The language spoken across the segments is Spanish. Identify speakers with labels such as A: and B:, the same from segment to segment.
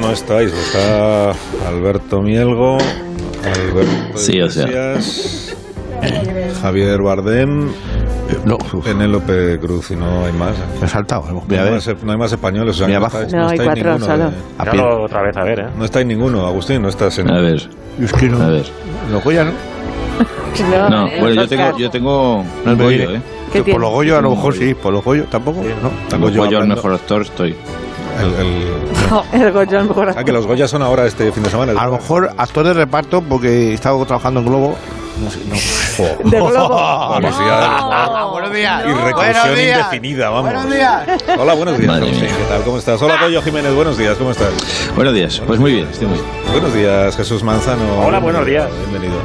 A: no estáis, está Alberto Mielgo, Alberto
B: Sí, o sea.
A: Iglesias, Javier Bardem,
C: No,
A: Penélope Cruz y no hay más.
C: me he saltado. algo.
A: No
C: Voy a
A: hay
C: ver.
A: más, eh, no hay más españoles, o sea,
C: Mira
A: no
C: abajo.
A: estáis-
D: No, hay
A: estáis
D: cuatro
A: ninguno
D: solo.
A: de-
C: A pie.
E: Míralo otra vez, a ver, ¿eh?
A: no estáis ninguno, Agustín, no estás en...
B: A ver,
C: Yo es que no.
B: a ver.
C: Los Goya, ¿no?
B: No,
D: eh,
B: bueno, yo
D: Oscar.
B: tengo, yo tengo
C: No
B: un
C: me
B: Goyo,
C: viene.
B: ¿eh?
D: ¿Qué
C: Yo por
D: tienes?
C: los Goya a lo
B: Tengo
C: mejor
B: un
C: sí, por los Goyo tampoco. No,
B: Tengo
A: Goyo
B: Goyo al
A: hablando.
B: mejor actor, estoy.
A: El, el-
D: El Goyón Gorra.
A: Ah, que los Goya son ahora este fin de semana.
C: A lo mejor actor de reparto porque he estado trabajando en Globo. No sé, no.
D: De globo.
A: Publicidad
C: Ah, buenos días.
A: y reclusión indefinida, vamos.
C: Buenos días.
A: Hola, buenos días.
B: Madre
A: Agustín,
B: mía.
A: ¿Qué tal? ¿Cómo estás? Hola, Goyo Jiménez, buenos días, ¿cómo estás?
B: Buenos días, pues muy bien, estoy muy bien.
A: Buenos días, Jesús Manzano.
E: Hola, buenos días.
A: Bienvenido.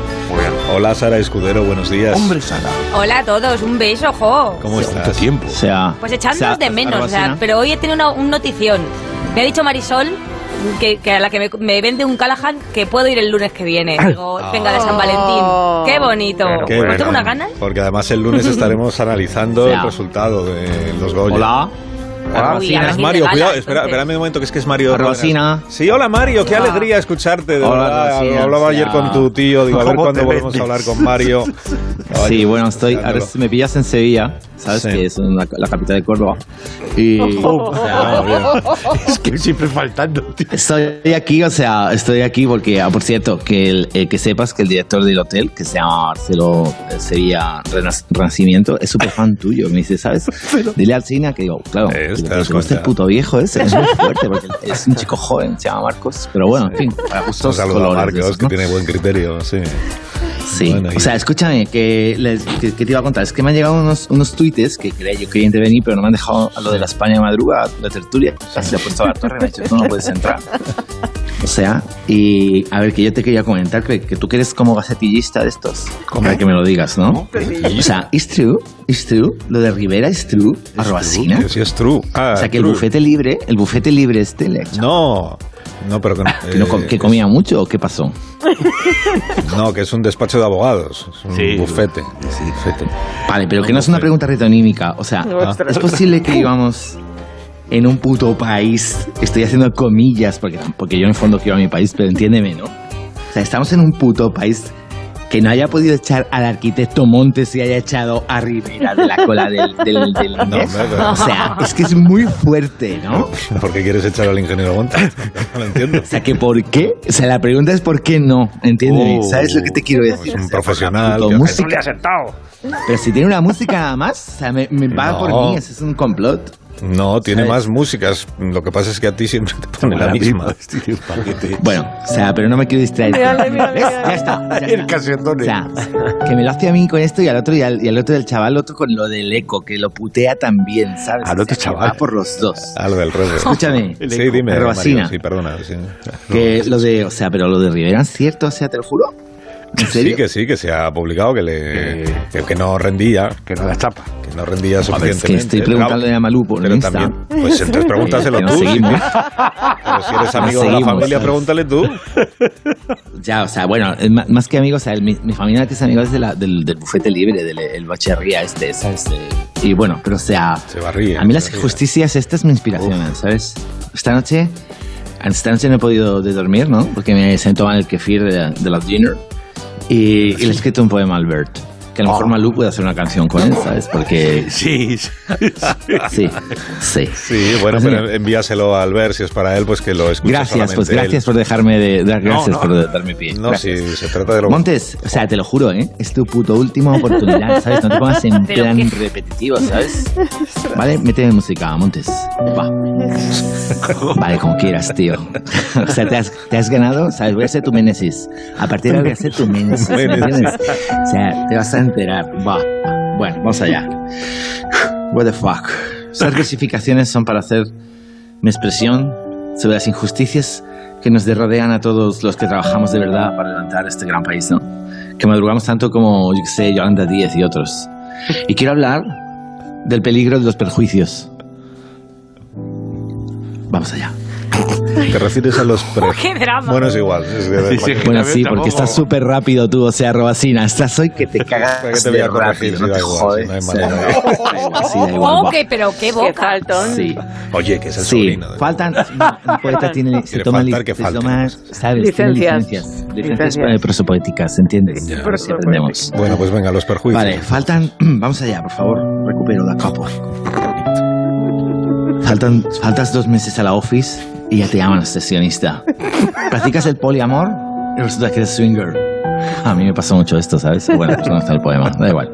A: Hola, Sara Escudero, buenos días.
C: Hombre, Sara.
F: Hola a todos, un beso, jo.
A: ¿Cómo
C: ¿Cuánto
A: estás?
C: tiempo?
B: O sea,
F: Pues echándonos
B: o sea,
F: de menos, o sea,
B: Arbacena.
F: pero hoy he tenido una, un notición. Me ha dicho Marisol que, que a la que me, me vende un Callahan que puedo ir el lunes que viene. Digo, venga de San
D: Oh.
F: Valentín. Qué bonito.
E: Pero
F: Pues
E: bueno.
F: tengo una gana.
A: Porque además el lunes estaremos analizando
B: O sea.
A: el resultado de los Goya.
B: Hola.
F: Uy, ahora
A: Es
F: sí
A: Mario,
F: de bala,
A: cuidado, espera,
F: entonces.
A: espérame un momento, que es que es Mario. Rodenas.
B: Rosina.
A: Sí, hola Mario, qué alegría escucharte. de
B: Hola,
A: verdad.
B: Rosina.
A: Hablaba ayer con tu tío, digo, a ver
C: ¿Cómo
A: cuándo
C: te
A: volvemos
C: metes?
A: a hablar con Mario.
B: Sí,
A: Ay,
B: bueno, estoy. Ahora
A: escuchándolo.
B: si me pillas en Sevilla, ¿sabes?
A: Sí. Oh,
B: Que es una- la capital de Córdoba. Y. ah, o sea,
C: Es que siempre faltando, tío.
B: Estoy aquí, o sea, estoy aquí porque, ah, por cierto, que, el- eh, que sepas que el director del hotel, que se llama Marcelo eh, Sevilla Renac- Renacimiento, es súper fan tuyo. Me dice, ¿sabes? Dile al cine que digo, claro,
A: Eh,
B: digo,
A: te
B: pero
A: das
B: te gusta
A: cuenta.
B: el puto viejo ese, es muy fuerte, porque es un chico joven, se llama Marcos. Pero bueno, en fin, para
A: Un
B: gustos
A: saludo a
B: colores. de
A: Marcos,
B: esos,
A: que
B: ¿no?
A: tiene buen criterio, sí.
B: Sí,
A: Bueno, y-
B: o sea, escúchame, que, les- que, que te iba a contar, es que me han llegado unos, unos tuites que quería, yo quería intervenir, pero no me han dejado a lo de la España de madrugada, la tertulia, casi le he puesto a la torre, me ha dicho, tú no puedes entrar. O sea, y a ver, que yo te quería comentar que, que tú que eres como gacetillista de estos, para que me lo digas, ¿no? O sea, is true, is true, lo de Rivera is true, arrobacina.
A: Sí, es true. Ah,
B: O sea, que el
A: true.
B: bufete libre, el bufete libre este, le ha hecho-
A: No, no, pero que,
B: que, no com-
A: eh,
B: que comía mucho o qué pasó?
A: No, que es un despacho de abogados, es un
E: Sí.
A: bufete. bufete.
B: Vale, pero que no es una pregunta retonímica. O sea,
D: Ostras.
B: ¿es posible que vivamos en un puto país? Estoy haciendo comillas porque, porque yo en el fondo quiero a mi país, pero entiéndeme, ¿no? O sea, estamos en un puto país que no haya podido echar al arquitecto Montes y haya echado a Rivera de la cola del... del, del
A: No,
B: inglés.
A: hombre, pero-
B: o sea, es que es muy fuerte, ¿no?
A: ¿Por qué quieres echar al ingeniero Montes? No lo entiendo.
B: O sea, que ¿por qué? O sea, la pregunta es ¿por qué no? Entiéndeme,
A: Oh,
B: ¿sabes lo que te quiero decir?
A: Es un
B: O sea,
A: profesional.
B: puto
A: que-
B: músico.
E: Eso le ha sentado.
B: Pero si tiene una música nada más, o sea, me, me va
A: No.
B: por mí, ese es un complot.
A: No, tiene
B: ¿Sabes?
A: más músicas. Lo que pasa es que a ti siempre te ponen la misma.
B: Bueno, o sea, pero no me quiero distraer.
D: Mírale, mírale,
B: ¿Ves?
D: mírale.
B: Ya está. ya
C: El
B: está. O
C: casetone.
B: sea, que me lo hace a mí con esto y al otro y al, y al otro del chaval, otro con lo del eco, que lo putea también, ¿sabes?
C: Al
B: O
C: otro
B: sea, que
C: chaval.
B: Va por los dos.
A: Algo del revés.
B: Escúchame,
A: Sí, dime. Mario,
B: Rebasina.
A: sí, perdona. Sí.
B: que lo de, o sea, pero lo de Rivera es Ah, cierto, o sea, te lo juro. ¿En
A: Sí,
B: serio?
A: que sí, que se ha publicado que, le,
C: Eh.
A: que, que no rendía,
C: Que no la tapa.
A: que no rendía
B: es
A: suficientemente.
B: que estoy preguntándole a Malú por
A: Pero
B: Insta.
A: también, pues
B: Que
A: entonces pregúntaselo
B: nos
A: tú.
B: seguimos.
A: Pero si eres
B: Nos
A: amigo de la
B: seguimos,
A: familia,
B: ¿sabes?
A: pregúntale tú.
B: Ya, o sea, bueno, es ma- más que amigos, o sea, el- mi, mi familia que es amiga es de la- del, del bufete libre, del el bacherría este, ¿sabes? Eh, Y bueno, pero o sea,
A: Ah, Se barría.
B: a mí las
A: se barría.
B: injusticias estas me inspiracionan, ¿sabes? Esta noche, esta noche no he podido de dormir, ¿no? Porque me sentó mal el kefir de, de la dinner y, y le he escrito un poema a Albert. Que a lo
A: Ah.
B: mejor Malú puede hacer una canción con él, ¿sabes? Porque
C: Sí.
B: sí, sí.
A: Sí, bueno,
B: Pues
A: pero
B: mira.
A: envíaselo al ver si es para él, pues que lo escuche
B: Gracias, pues
A: solamente él.
B: gracias por dejarme de dar gracias
C: no.
B: por darme pie.
A: No,
B: Gracias.
A: si se trata de lo
B: Montes, o sea, te lo juro, ¿eh? Es tu puto última oportunidad, ¿sabes? No te pongas en
F: Pero
B: plan
F: qué-
B: repetitivo, ¿sabes? Vale, mete música, Montes. Va. Vale, como quieras, tío. O sea, te has, te has ganado, ¿sabes? Voy a ser tu Menesis. A partir de ahora voy a ser tu Menesis, ¿me entiendes? O sea, te vas a enterar. Va. Bueno, vamos allá. What the fuck. Esas clasificaciones son para hacer mi expresión sobre las injusticias que nos rodean a todos los que trabajamos de verdad para levantar este gran país, ¿no? Que madrugamos tanto como, yo qué sé, Yolanda Díez y otros. Y quiero hablar del peligro de los perjuicios. Vamos allá.
A: Te refieres a los pre.
F: ¡Qué drama!
A: Bueno, es igual. es que da
C: Sí,
A: igual.
C: sí.
B: Bueno,
C: También
B: sí,
C: tampoco-
B: porque estás súper rápido tú, o sea, Robacina, estás hoy que te
A: ¿Para qué
B: cagas
A: te voy a
B: de
A: corregir
B: rápido,
A: si
B: no
A: da
B: te
A: igual,
B: jodes.
A: si no hay
B: o sea,
A: manera?
B: da igual, sí, da igual,
F: Oh,
B: va.
F: que, pero qué
D: Qué
F: boca.
D: faltón.
B: Sí,
A: Oye, que es el
B: sí,
A: sobrino. de-
B: faltan, un poeta tiene, se
A: Quiere
B: toma, li-
A: faltar que
B: se
A: falte.
B: toma, ¿sabes? Tiene
D: Licencias.
B: licencias, licencias eh,
D: Licencias.
B: para presupoéticas, ¿entiendes?
A: Ya.
B: Pero sí entendemos.
A: Bueno, pues venga, los perjuicios.
B: Vale, faltan, vamos allá, por favor, recupero la copa. Faltan, faltas dos meses a la office y ya te llaman sesionista. ¿Practicas el poliamor? Y resulta que eres swinger. A mí me pasó mucho esto, ¿sabes? Bueno, pues no está el poema, da igual.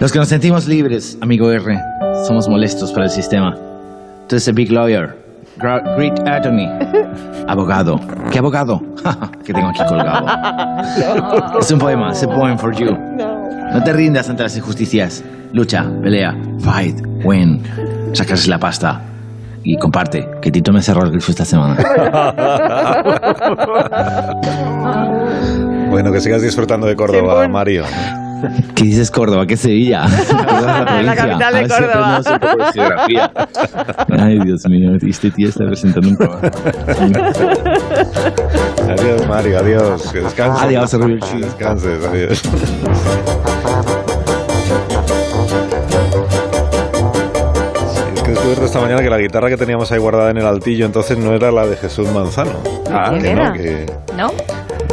B: Los que nos sentimos libres, amigo R, somos molestos para el sistema. Tú eres el big lawyer, gr- great attorney, abogado. ¿Qué abogado? que tengo aquí colgado. Es un poema, es un poem for you. No te rindas ante las injusticias. Lucha, pelea, fight, win. Sacas la pasta. Y comparte, que Tito me cerró el grifo esta semana.
A: Bueno, que sigas disfrutando de Córdoba,
D: Sí, bueno.
A: Mario.
B: ¿Qué dices Córdoba? ¿Qué es Sevilla?
D: La
B: La
D: capital de Córdoba.
B: Ay, Dios mío, este tío está presentando un programa.
A: Adiós, Mario, adiós. Que descanses.
B: Adiós, Rubio.
A: Que descanses, adiós. Es que descubierto esta mañana que la guitarra que teníamos ahí guardada en el altillo entonces no era la de Jesús Manzano.
C: Ah,
A: Que
D: ¿quién
A: no,
D: era?
A: que-
F: ¿No?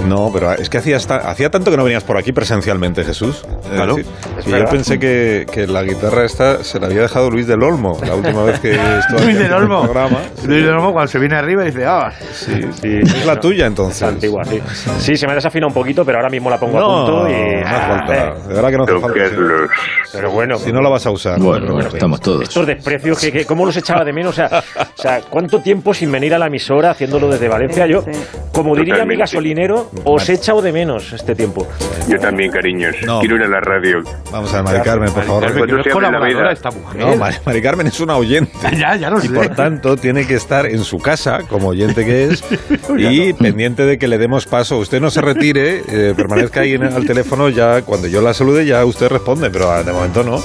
A: No, pero es que hacía, hasta- hacía tanto que no venías por aquí presencialmente, Jesús. Es
C: Claro,
A: decir,
C: es
A: y yo
C: verdad.
A: pensé que, que la guitarra esta se la había dejado Luis del Olmo la última vez que estuvo aquí
C: Luis del
A: en el
C: Olmo.
A: programa.
C: Luis del Olmo cuando se viene arriba dice, ah,
A: Sí, sí.
E: Sí,
A: Es la
E: no,
A: tuya
E: es
A: entonces.
E: antigua, sí. Sí, se me desafina un poquito, pero ahora mismo la pongo a
A: No,
E: punto y.
A: no hace falta.
E: Eh,
A: De verdad que no hace falta.
E: Pero bueno,
A: Si no la vas a usar.
B: Bueno,
A: no
B: bueno,
A: te preocupes.
B: estamos todos.
E: estos desprecios, que, que- ¿cómo los echaba de menos? O sea, o sea, ¿cuánto tiempo sin venir a la emisora haciéndolo desde Valencia? Yo,
D: Sí.
E: como diría mi
G: Totalmente.
E: gasolinero, os he echado de menos este tiempo.
G: Yo también, cariños.
A: No.
G: Quiero ir a la radio. Pues
A: Vamos a ver, Mari Carmen, por favor.
G: Carmen.
C: que no
G: se
C: es
G: abre la
C: colaboradora
G: vida.
C: esta mujer.
A: No, Mari, Mari Carmen es una oyente.
C: ya, ya no sé.
A: Y por tanto tiene que estar en su casa, como oyente que es, y pendiente de que le demos paso. Usted no se retire, eh, permanezca ahí en- al teléfono, ya cuando yo la salude ya usted responde, pero ah, de momento no.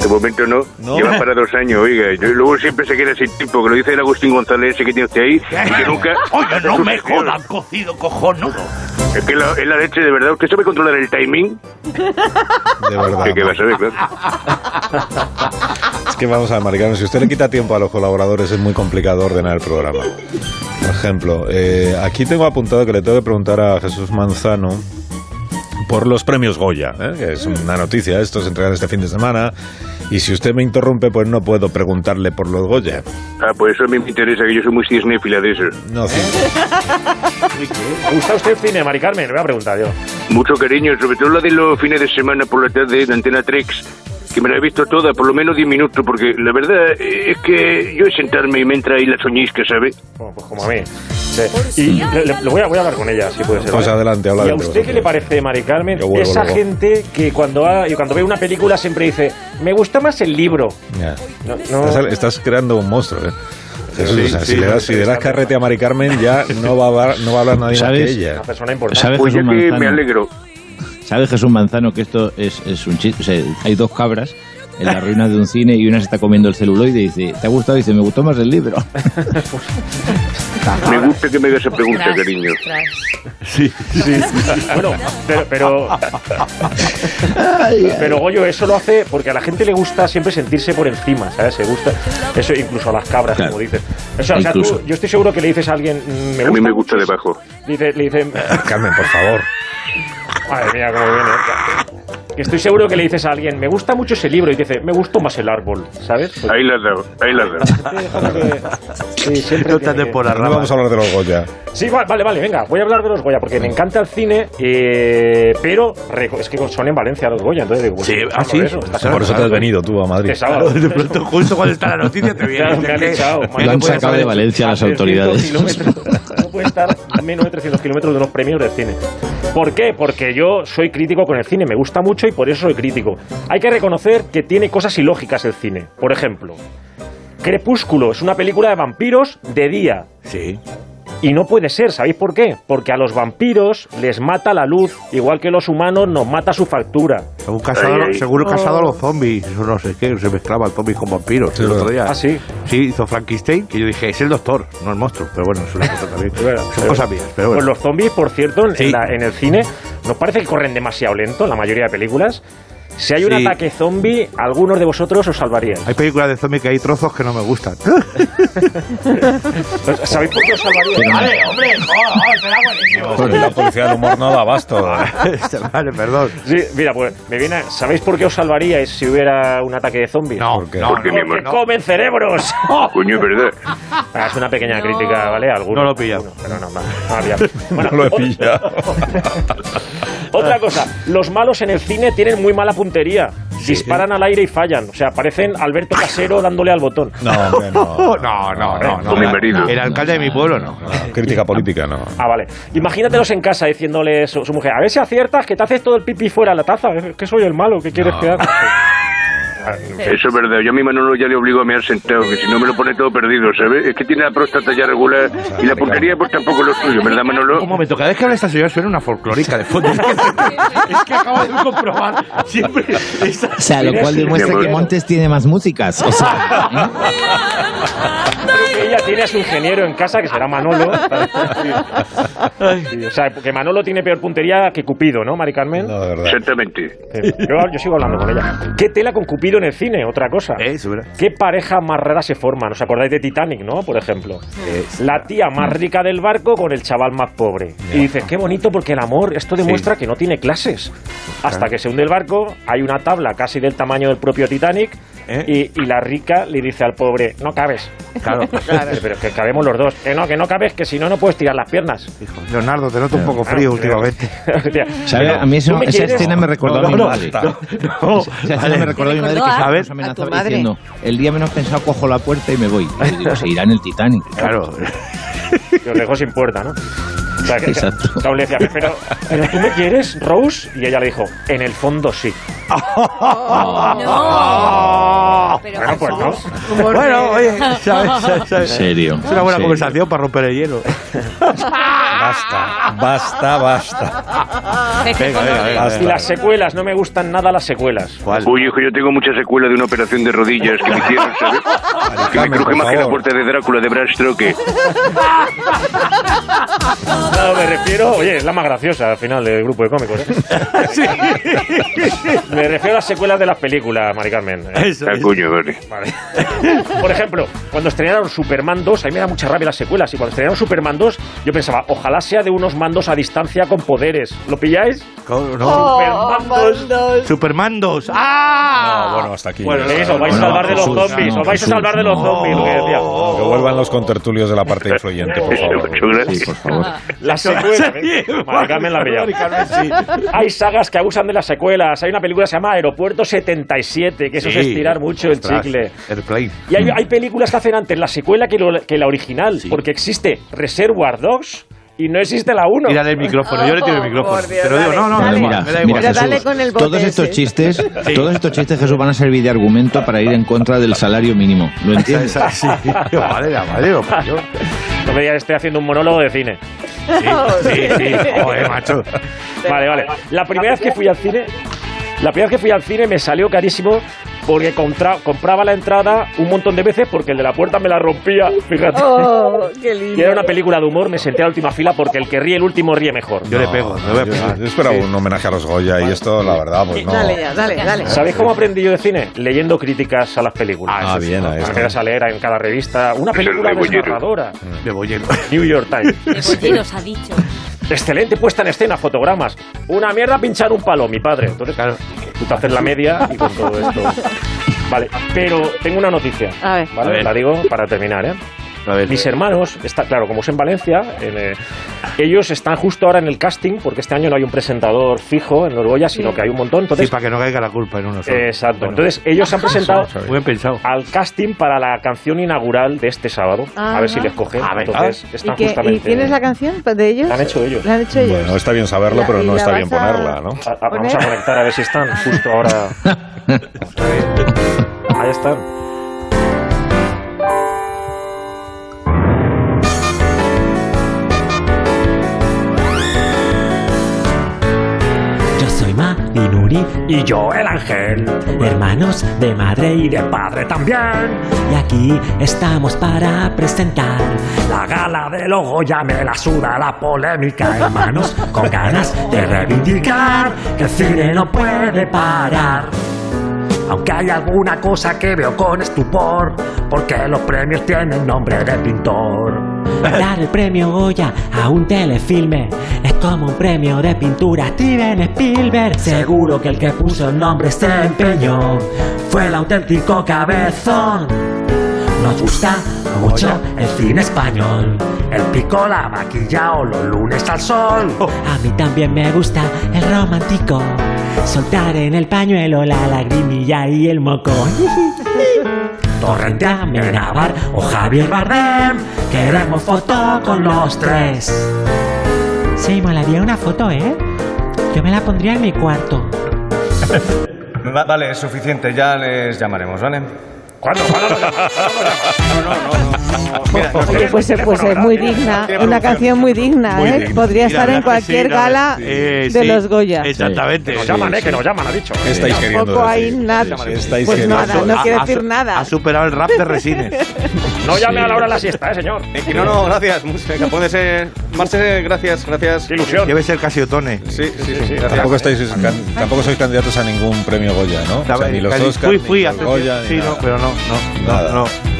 G: De momento no.
A: No.
G: Lleva para dos años, oiga. Yo- luego siempre se queda sin tiempo, que lo dice el Agustín González, ese que tiene usted ahí. y que nunca...
H: Oye, no me
G: Dios,
H: jodan, cocido cojonudo.
G: Es que la, es la leche, de verdad. ¿Usted sabe controlar el timing?
A: De verdad.
G: Que, que va a saber, claro.
A: Es que vamos a ver, Mari Carmen, si usted le quita tiempo a los colaboradores es muy complicado ordenar el programa. Por ejemplo, eh, aquí tengo apuntado que le tengo que preguntar a Jesús Manzano por los premios Goya, ¿eh? que es una noticia, estos se entregan este fin de semana, y si usted me interrumpe, pues no puedo preguntarle por los Goya.
G: Ah, pues eso a mí me interesa, que yo soy muy cisnéfila de eso.
A: No, sí.
E: ¿Le gusta a usted el cine, Mari Carmen? Le voy a preguntar yo.
G: Mucho cariño, sobre todo la de los fines de semana por la tarde de Antena Trex, que me la he visto toda, por lo menos 10 minutos, porque la verdad es que yo es sentarme y me entra ahí la soñisca, ¿sabe?
E: Bueno, pues como a mí. Sí. Y le, le- le voy, a, voy a hablar con ella, si puede ser.
A: Pues
E: ¿vale?
A: adelante, habla
E: ¿Y a
A: entre
E: usted qué
A: vosotros.
E: le parece, Mari Carmen?
A: Yo vuelvo
E: Esa
A: luego.
E: gente que cuando, ha- y cuando ve una película siempre dice, me gusta más el libro.
A: Ya.
E: No, no.
A: Estás, estás creando un monstruo, ¿eh? Jesús,
C: Sí,
A: o sea,
C: sí,
A: si, le das,
C: sí,
A: si le das carrete a Mari Carmen, ya no va a hablar, no va a hablar nadie más que
B: ¿Sabes?
A: ella.
E: Una persona importante.
B: ¿Sabes
G: Pues ya
B: Jesús
G: que me
B: Manzano?
G: alegro.
B: ¿Sabe Jesús Manzano que esto es, es un chiste? O sea, hay dos cabras en la ruina de un cine y una se está comiendo el celuloide y dice, ¿te ha gustado? Y dice, me gustó más el libro.
G: Me gusta que me haga esa pregunta,
F: Ostras,
G: cariño.
F: ostras.
E: Bueno, pero, pero, pero Goyo, eso lo hace porque a la gente le gusta siempre sentirse por encima, ¿sabes? Se gusta. Eso incluso a las cabras,
B: Claro.
E: como dices. Eso, o sea,
B: Incluso.
E: tú- yo estoy seguro que le dices a alguien, "Mm, me gusta.
G: A mí me
E: mucho
G: gusta
E: eso".
G: debajo.
E: Dice, le dicen,
A: Carmen, por favor.
E: madre mía, cómo viene. Que estoy seguro que le dices a alguien, me gusta mucho ese libro, y dice, me gustó más el árbol, ¿sabes? Pues
G: Ahí la has dado, ahí la has dado.
E: te dejo que- sí, siempre
C: No te
E: tiene
C: andes
E: que-
C: por las
A: No vamos
C: ramas.
A: a hablar de los Goya.
E: Sí, va- vale, vale, venga, voy a hablar de los Goya, porque me encanta el cine, eh, pero reco- es que son en Valencia los Goya, entonces digo, pues,
C: Sí,
E: hablo
C: ah, sí.
E: de eso, está
A: Por eso te has venido tú a Madrid.
E: Este sábado.
C: De pronto, justo cuando está la noticia, te viene.
E: Claro, me han echado.
B: Lo han sacado de Valencia
E: A
B: las
E: 300
B: autoridades.
E: kilómetros. No puede estar a menos de 300 kilómetros de unos premios de cine. ¿Por qué? Porque yo soy crítico con el cine, me gusta mucho y por eso soy crítico. Hay que reconocer que tiene cosas ilógicas el cine. Por ejemplo, Crepúsculo es una película de vampiros de día.
C: Sí.
E: Y no puede ser, ¿sabéis por qué? Porque a los vampiros les mata la luz, igual que los humanos nos mata su factura.
C: Según casado,
G: Ay, ay.
C: seguro casado a los zombies, o no sé qué, se mezclaban zombies con vampiros el otro día. ¿eh?
E: Ah, sí.
C: Sí, hizo Frankenstein, que yo dije, es el doctor, no el monstruo, pero bueno, es una cosa también.
E: Es verdad, es
C: Son cosas mías, pero bueno.
E: Pues los zombies, por cierto, en,
C: Sí.
E: la- en el cine, nos parece que corren demasiado lento en la mayoría de películas. Si hay un
C: Sí.
E: ataque zombie, algunos de vosotros os salvarían.
C: Hay películas de zombies que hay trozos que no me gustan.
E: ¿Sabéis por qué os salvarían?
H: Vale, hombre, joder, joder, será buenísimo.
A: La policía del humor no da abasto.
C: vale, perdón.
E: Sí, mira, pues me viene. a- ¿Sabéis por qué os salvaríais si hubiera un ataque de zombies?
A: ¿Por qué?
C: no,
G: Porque mi amor-
E: Porque comen cerebros.
G: Coño, es verdad.
E: Ah, es una pequeña
F: No.
E: crítica, ¿vale? Alguno,
C: No lo he pillado.
E: alguno, pero no, no, no lo he pillado. Bueno,
A: No lo he
E: ot-
A: pillado.
E: Otra cosa, los malos en el cine tienen muy mala puntería. Disparan al aire y fallan. O sea, parecen Alberto Casero dándole al botón.
A: No, hombre, no.
C: No, no, no, no. no.
G: Con mi marido.
C: El alcalde de mi pueblo, no. no.
A: Crítica política, no.
E: Ah, vale. Imagínatelos en casa diciéndole su, su mujer, a ver si aciertas, que te haces todo el pipí fuera de la taza. Es que soy el malo, que quieres quedar?
G: Eso es verdad. Yo a mi Manolo ya le obligo a mear sentado, que si no me lo pone todo perdido, ¿sabes? Es que tiene la próstata ya regular y la porquería pues tampoco es lo suyo, ¿verdad, Manolo?
C: Un momento, cada vez que habla esta señora suena una folclórica de fondo. es que acabo de comprobar. Siempre esa-
B: O sea, lo
E: Mira,
B: cual
E: sí,
B: demuestra
G: mi
B: que
G: amor.
B: Montes tiene más músicas. O sea,
E: Ella tiene a su ingeniero en casa, que será Manolo. Sí, o sea, que Manolo tiene peor puntería que Cupido, ¿no, Mari Carmen?
A: No, de verdad.
G: Exactamente.
E: Sí, Yo, yo sigo hablando con ella. ¿Qué tela con Cupido en el cine? Otra cosa.
C: Eh, eso era.
E: ¿Qué pareja más rara se forman? ¿Os acordáis de Titanic, no? Por ejemplo.
C: Eh,
E: La tía más rica del barco con el chaval más pobre. Y dices, qué bonito porque el amor, esto demuestra que no tiene clases. Hasta que se hunde el barco, hay una tabla casi del tamaño del propio Titanic
C: ¿Eh?
E: y, y la rica le dice al pobre, no cabes.
C: Claro.
E: Dice, Pero que cabemos los dos. Que no, que no cabes, que si no, no puedes tirar las piernas.
C: Hijo, Leonardo, te noto un poco
E: Claro,
C: frío
E: claro.
C: últimamente.
E: Hostia,
B: ¿sabe?
E: pero,
B: A mí eso-
E: ¿tú me
B: esa
E: quieres?
B: escena me recordó a mi madre.
C: No,
B: Esa escena me recordó a mi madre que
F: Recordó a-
B: ¿sabes?
D: a tu
B: amenazaba
D: madre.
B: diciendo, el día menos pensado cojo la puerta y me voy. Y yo digo, se irá en el Titanic.
C: Claro.
E: los lejos sin puerta, ¿no? O sea, que-
B: Exacto.
E: claro, le decía, pero, pero tú me quieres, Rose? Y ella le dijo, en el fondo sí.
F: No. Pero
E: Bueno, pues no.
F: Jesús,
C: Bueno, oye, ¿sabes? ¿sabes?
B: En
C: ¿sabes?
B: serio.
C: Es una buena
B: en serio.
C: conversación para romper el hielo.
A: Basta, basta, basta.
F: Pepe con
C: venga,
F: orden.
C: venga.
E: Y las secuelas, no me gustan nada las secuelas.
C: ¿Cuál?
G: Uy, hijo, yo tengo muchas secuelas de una operación de rodillas que me hicieron, ¿sabes? Que me
A: Carmen,
G: cruje
A: por
G: más que la
A: favor.
G: puerta de Drácula de Bram Stoker.
E: No, me refiero, oye, es la más graciosa al final del grupo de cómicos. ¿eh? Me refiero a las secuelas de las películas, Mari Carmen. ¿eh?
C: Eso,
G: Ah,
C: eso.
G: coño, vale.
E: Vale. Por ejemplo, cuando estrenaron Superman 2, a mí me da mucha rabia las secuelas. Y cuando estrenaron Superman 2, yo pensaba, ojalá sea de unos mandos a distancia con poderes. ¿Lo pilláis?
C: Co- no.
D: Oh,
E: Supermandos.
D: mandos.
C: Superman 2. ¡Ah!
A: No, bueno, hasta aquí.
E: Bueno,
A: Ya
E: eso,
A: está.
E: os vais a
A: Bueno,
E: salvar de los
A: Jesús,
E: zombies,
A: no,
E: os vais a
A: Jesús,
E: salvar de los
A: no.
E: zombies, lo que decía.
A: Que vuelvan los contertulios de la parte influyente, por favor.
G: Muchas gracias.
B: Sí, por favor.
E: Las secuelas. ¿eh? Mari Carmen la ha pillado.
C: Mari Carmen, sí.
E: Hay sagas que abusan de las secuelas. Hay una película que se llama Aeropuerto 77, que eso es
C: Sí.
E: estirar mucho el
C: Ostras,
E: chicle.
C: Airplane.
E: Y hay, hay películas que hacen antes la secuela que, lo- que la original, porque existe Reservoir Dogs y no existe la 1.
C: Mírale el micrófono, yo le tiro el
D: Oh,
C: micrófono.
D: por Dios,
C: Te lo digo,
D: dale,
C: no, no,
D: dale.
C: me da
B: Mira,
C: igual, me da
B: mira,
C: igual.
D: Mira,
B: Jesús,
D: dale con el bote
B: todos estos
D: ese.
B: chistes, todos estos chistes, Jesús, van a servir de argumento para ir en contra del salario mínimo. ¿Lo entiendes?
C: Esa- sí. Vale, ya, vale, lo pillo.
E: No me digas, estoy haciendo un monólogo de cine.
C: Sí, sí, joder, macho.
E: Vale, vale. La primera vez que fui al cine, la primera vez que fui al cine me salió carísimo porque contra- compraba la entrada un montón de veces porque el de la puerta me la rompía. Fíjate.
D: Oh, qué lindo.
E: Y era una película de humor, me senté a la última fila porque el que ríe el último ríe mejor.
C: Yo le pego, le voy a
A: Yo,
C: pegar.
A: yo esperaba un homenaje a los Goya y esto, la verdad, pues no.
D: Dale ya, dale, dale.
E: ¿Sabéis cómo aprendí yo de cine? Leyendo críticas a las películas.
A: Ah, bien, ahí
E: Te
A: está.
E: quedas a leer en cada revista una película
G: El rebullero.
E: desgarradadora.
C: De bollero.
E: New York Times.
F: De Goyer os Pues ha dicho.
E: Excelente puesta en escena, fotogramas. Una mierda pinchar un palo, mi padre. Entonces, claro, tú te haces la media y con todo esto.
A: Ah.
E: Vale, pero tengo una noticia.
D: A ver.
E: ¿Vale?
C: A ver.
E: La digo para terminar, ¿eh?
C: A ver.
E: Mis hermanos, está, claro, como es en Valencia, en, eh, ellos están justo ahora en el casting, porque este año no hay un presentador fijo en Norgoya, sino que hay un montón.
C: Sí,
E: Entonces,
C: para que no caiga la culpa en uno solo.
E: exacto.
C: Bueno,
E: Entonces, ellos se han presentado
C: muy bien pensado.
E: al casting para la canción inaugural de este sábado. A ver
D: Ajá.
E: si les cogen.
C: A ver, ¿ah?
E: Entonces,
D: ¿Y,
E: están
D: qué-
E: justamente.
D: ¿Y tienes la canción de ellos?
E: La han hecho ellos.
D: La han hecho ellos.
A: Bueno, está bien saberlo,
D: La-
A: pero
D: y
A: no
D: la
A: está
D: vas
A: bien
D: a-
A: ponerla, ¿no?
E: A- a- vamos a conectar a ver si están justo ahora. Ahí están.
I: Mauri y yo el ángel. Hermanos de madre y de padre también. Y aquí estamos para presentar la gala del ojo. Ya me la suda la polémica, hermanos, con ganas de reivindicar que el cine no puede parar. Aunque hay alguna cosa que veo con estupor, porque los premios tienen nombre de pintor. Dar el premio Goya a un telefilme es como un premio de pintura Steven Spielberg. Seguro que el que puso el nombre se empeñó, fue el auténtico cabezón. Nos gusta mucho el cine español. El pico, la maquillao, los lunes al sol. A mí también me gusta el romántico. Soltar en el pañuelo la lagrimilla y el moco. Torrente Amenábar o Javier Bardem. Queremos foto con los tres. Sí, molaría una foto, ¿eh? Yo me la pondría en mi cuarto.
J: Va- Vale, es suficiente, ya les llamaremos, ¿vale?
E: ¿Cuándo?
J: ¿Cuándo?
D: Oye, pues, eh, pues es muy digna, una canción muy digna,
K: Muy
D: ¿eh?
K: digna.
D: Podría
K: Mira,
D: estar en
K: la-
D: cualquier
K: sí, la-
D: gala
K: sí.
D: de
K: Eh, sí.
D: los Goya.
K: Exactamente.
E: Que nos llaman, eh, que nos llaman, ha dicho.
K: ¿Qué estáis queriendo
D: Tampoco hay
K: decir?
D: nada.
K: Sí, estáis
D: Pues
K: queriendo
D: nada,
K: decir?
D: no quiere
K: Ha- ha
D: decir
K: su-
D: nada.
K: Ha superado el rap de Resines.
E: No llame
K: Sí.
E: a la hora de la siesta, eh, señor.
J: No, no, gracias, música. Puede ser. Marce, gracias, gracias. Qué
E: ilusión.
K: Debe ser casi otone.
J: Sí, sí, sí.
A: Tampoco,
J: gracias.
A: estáis, can- tampoco sois candidatos a ningún premio Goya, ¿no? O sea, ni los
K: Casi-
A: Oscar,
K: fui, fui
A: ni los
K: hace
A: Goya,
K: tiempo.
A: ni
K: Sí,
A: nada.
K: no, pero no, no,
A: Nada.
K: no, no.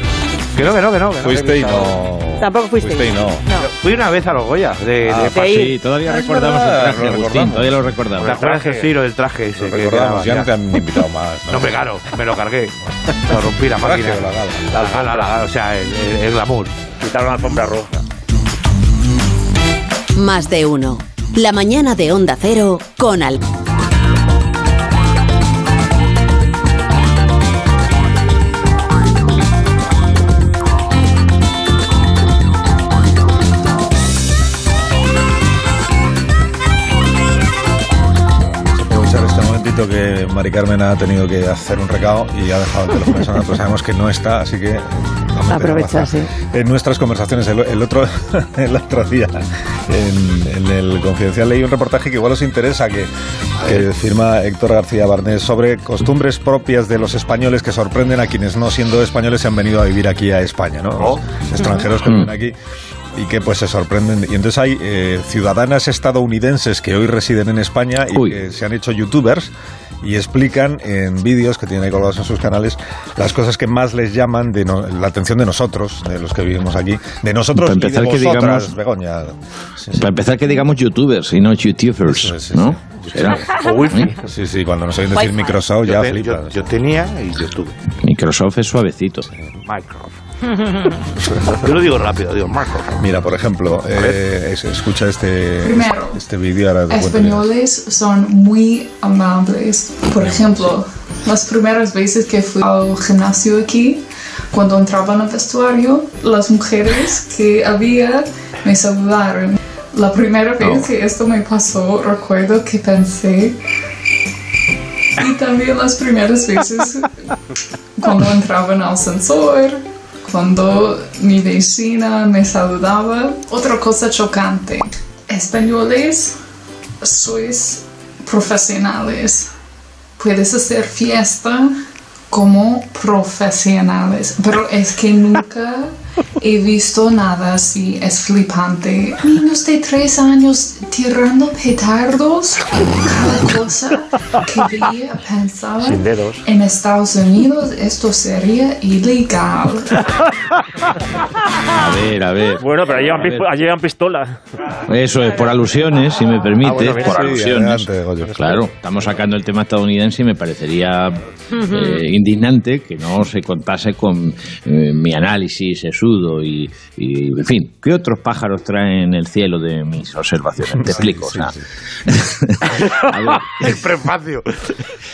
K: Que no, que no, que no. que no.
A: Fuiste y no...
D: Tampoco fuiste.
A: Fuiste y no.
K: Fui una vez a los Goya. De,
A: Ah,
K: de
A: sí,
K: Pachi.
B: todavía
A: Es
B: recordamos
A: verdad,
B: el traje,
A: lo
B: Ah, Agustín,
A: recordamos.
B: todavía lo
K: ¿Te
B: recordamos.
K: acuerdas que sí, lo del traje ese? que quedaba,
A: Recordamos, ya no te han invitado más.
K: No me caro, me lo cargué. Lo rompí la
A: Traje
K: máquina.
A: o la gala.
K: La gala, la gala, o sea, el, el- el glamour.
E: Quitaron la alfombra roja.
L: Más de uno. La mañana de Onda Cero con Al.
A: aprovechar este momentito que Mari Carmen ha tenido que hacer un recado y ha dejado el teléfono sonando, pero sabemos que no está, así que vamos a
D: Aprovecha, sí.
A: en nuestras conversaciones el, el otro, el otro día en, en el Confidencial leí un reportaje que igual os interesa que, que firma Héctor García Barnés sobre costumbres propias de los españoles que sorprenden a quienes no siendo españoles se han venido a vivir aquí a España, ¿no? Los extranjeros
D: Mm.
A: que vienen aquí y que pues se sorprenden. Y entonces hay eh, ciudadanas estadounidenses que hoy residen en España y que se han hecho youtubers y explican en vídeos que tienen ahí colgados en sus canales las cosas que más les llaman de no- la atención de nosotros, de los que vivimos aquí, de nosotros
B: Para
A: y de
B: empezar que
A: vosotras,
B: digamos-
A: Begoña. Sí, sí.
B: Para empezar que digamos youtubers y no youtubers,
A: Eso es, sí,
B: ¿no? ¿eh?
A: sí.
B: Será.
A: O wifi. Sí, sí, cuando nos oyen decir
F: Wi-Fi.
A: Microsoft ya
K: Yo, te-
A: flipas.
K: yo- yo tenía y yo tuve.
B: Microsoft es suavecito.
K: Minecraft. Yo lo digo rápido, digo Minecraft.
A: Mira, por ejemplo, eh, es- escucha este,
M: Primero,
A: este vídeo. ahora te cuento yo.
M: españoles son muy amables. Por ejemplo, las primeras veces que fui al gimnasio aquí, cuando entraba en el vestuario, las mujeres que había me saludaron. La primera vez que esto me pasó, recuerdo que pensé. Y también las primeras veces cuando entraba en el ascensor, cuando mi vecina me saludaba. Otra cosa chocante. Españoles, sois profesionales. Puedes hacer fiesta como profesionales, pero es que nunca he visto nada así, es flipante. Niños de tres años tirando petardos, cada cosa que veía pensaba
E: Sin dedos.
M: en Estados Unidos esto sería ilegal.
B: A ver, a ver.
E: Bueno, pero allí llevan,
B: A ver.
E: pis- allí llevan pistola.
B: Eso es, por alusiones, si me permites,
E: Ah, bueno, bien,
B: por
E: sí,
B: alusiones.
A: adelante, Goyo.
B: claro, estamos sacando el tema estadounidense y me parecería eh, indignante que no se contase con eh, mi análisis sesudo y, y, en fin, ¿qué otros pájaros traen el cielo de mis observaciones? Te explico, o sea, a ver,
K: El prefacio.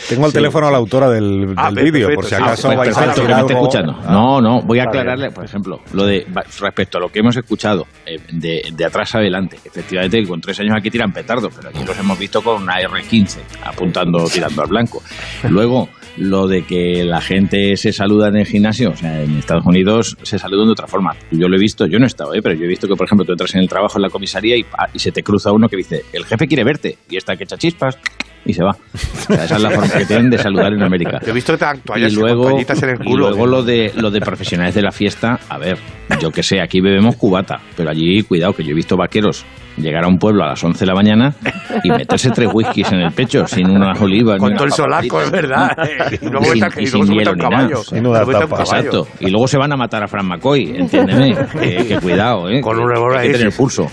A: Tengo al
B: Sí.
A: teléfono a la autora del,
K: Ah,
A: del vídeo,
K: perfecto, Ah,
A: por si
K: sí.
A: acaso
B: pues,
A: vais a
B: perfecto,
A: decir
B: que me esté
A: algo. Ah,
B: escuchando. No, no, voy a aclararle, por ejemplo, lo de va- respecto a lo que hemos escuchado eh, de, de atrás adelante. Efectivamente, con tres años aquí tiran petardos, pero aquí los hemos visto con una R15 apuntando, tirando al blanco. Luego, lo de que la gente se saluda en el gimnasio, o sea, en Estados Unidos se saludan de otra forma. Yo lo he visto, yo no he estado, ¿eh? pero yo he visto que, por ejemplo, tú entras en el trabajo en la comisaría y, pa, y se te cruza uno que dice, el jefe quiere verte, y está que echa chispas. y se va. O sea, esa es la forma que tienen de saludar en América.
N: Yo he visto que te dan toallas
B: y
N: y
B: luego,
N: toallitas en el
B: y
N: culo.
B: luego lo de lo de profesionales de la fiesta, a ver, yo que sé, aquí bebemos cubata, pero allí cuidado que yo he visto vaqueros llegar a un pueblo a las 11 de la mañana y meterse tres whiskies en el pecho sin unas olivas
N: Con
B: ni
N: todo el
B: unas
N: solaco, es
B: papaditas,
N: verdad.
B: ¿no?
N: eh. Y luego
B: Y sin,
N: vuelta-
B: y
N: y
B: sin
N: luego se vuelta
B: hielo
N: un
B: ni nada.
N: caballo. Luego vuelta un caballo.
B: Exacto. Y luego se van a matar a Fran McCoy, entiéndeme. que, que cuidado, ¿eh? Con un revólver Hay que tener pulso.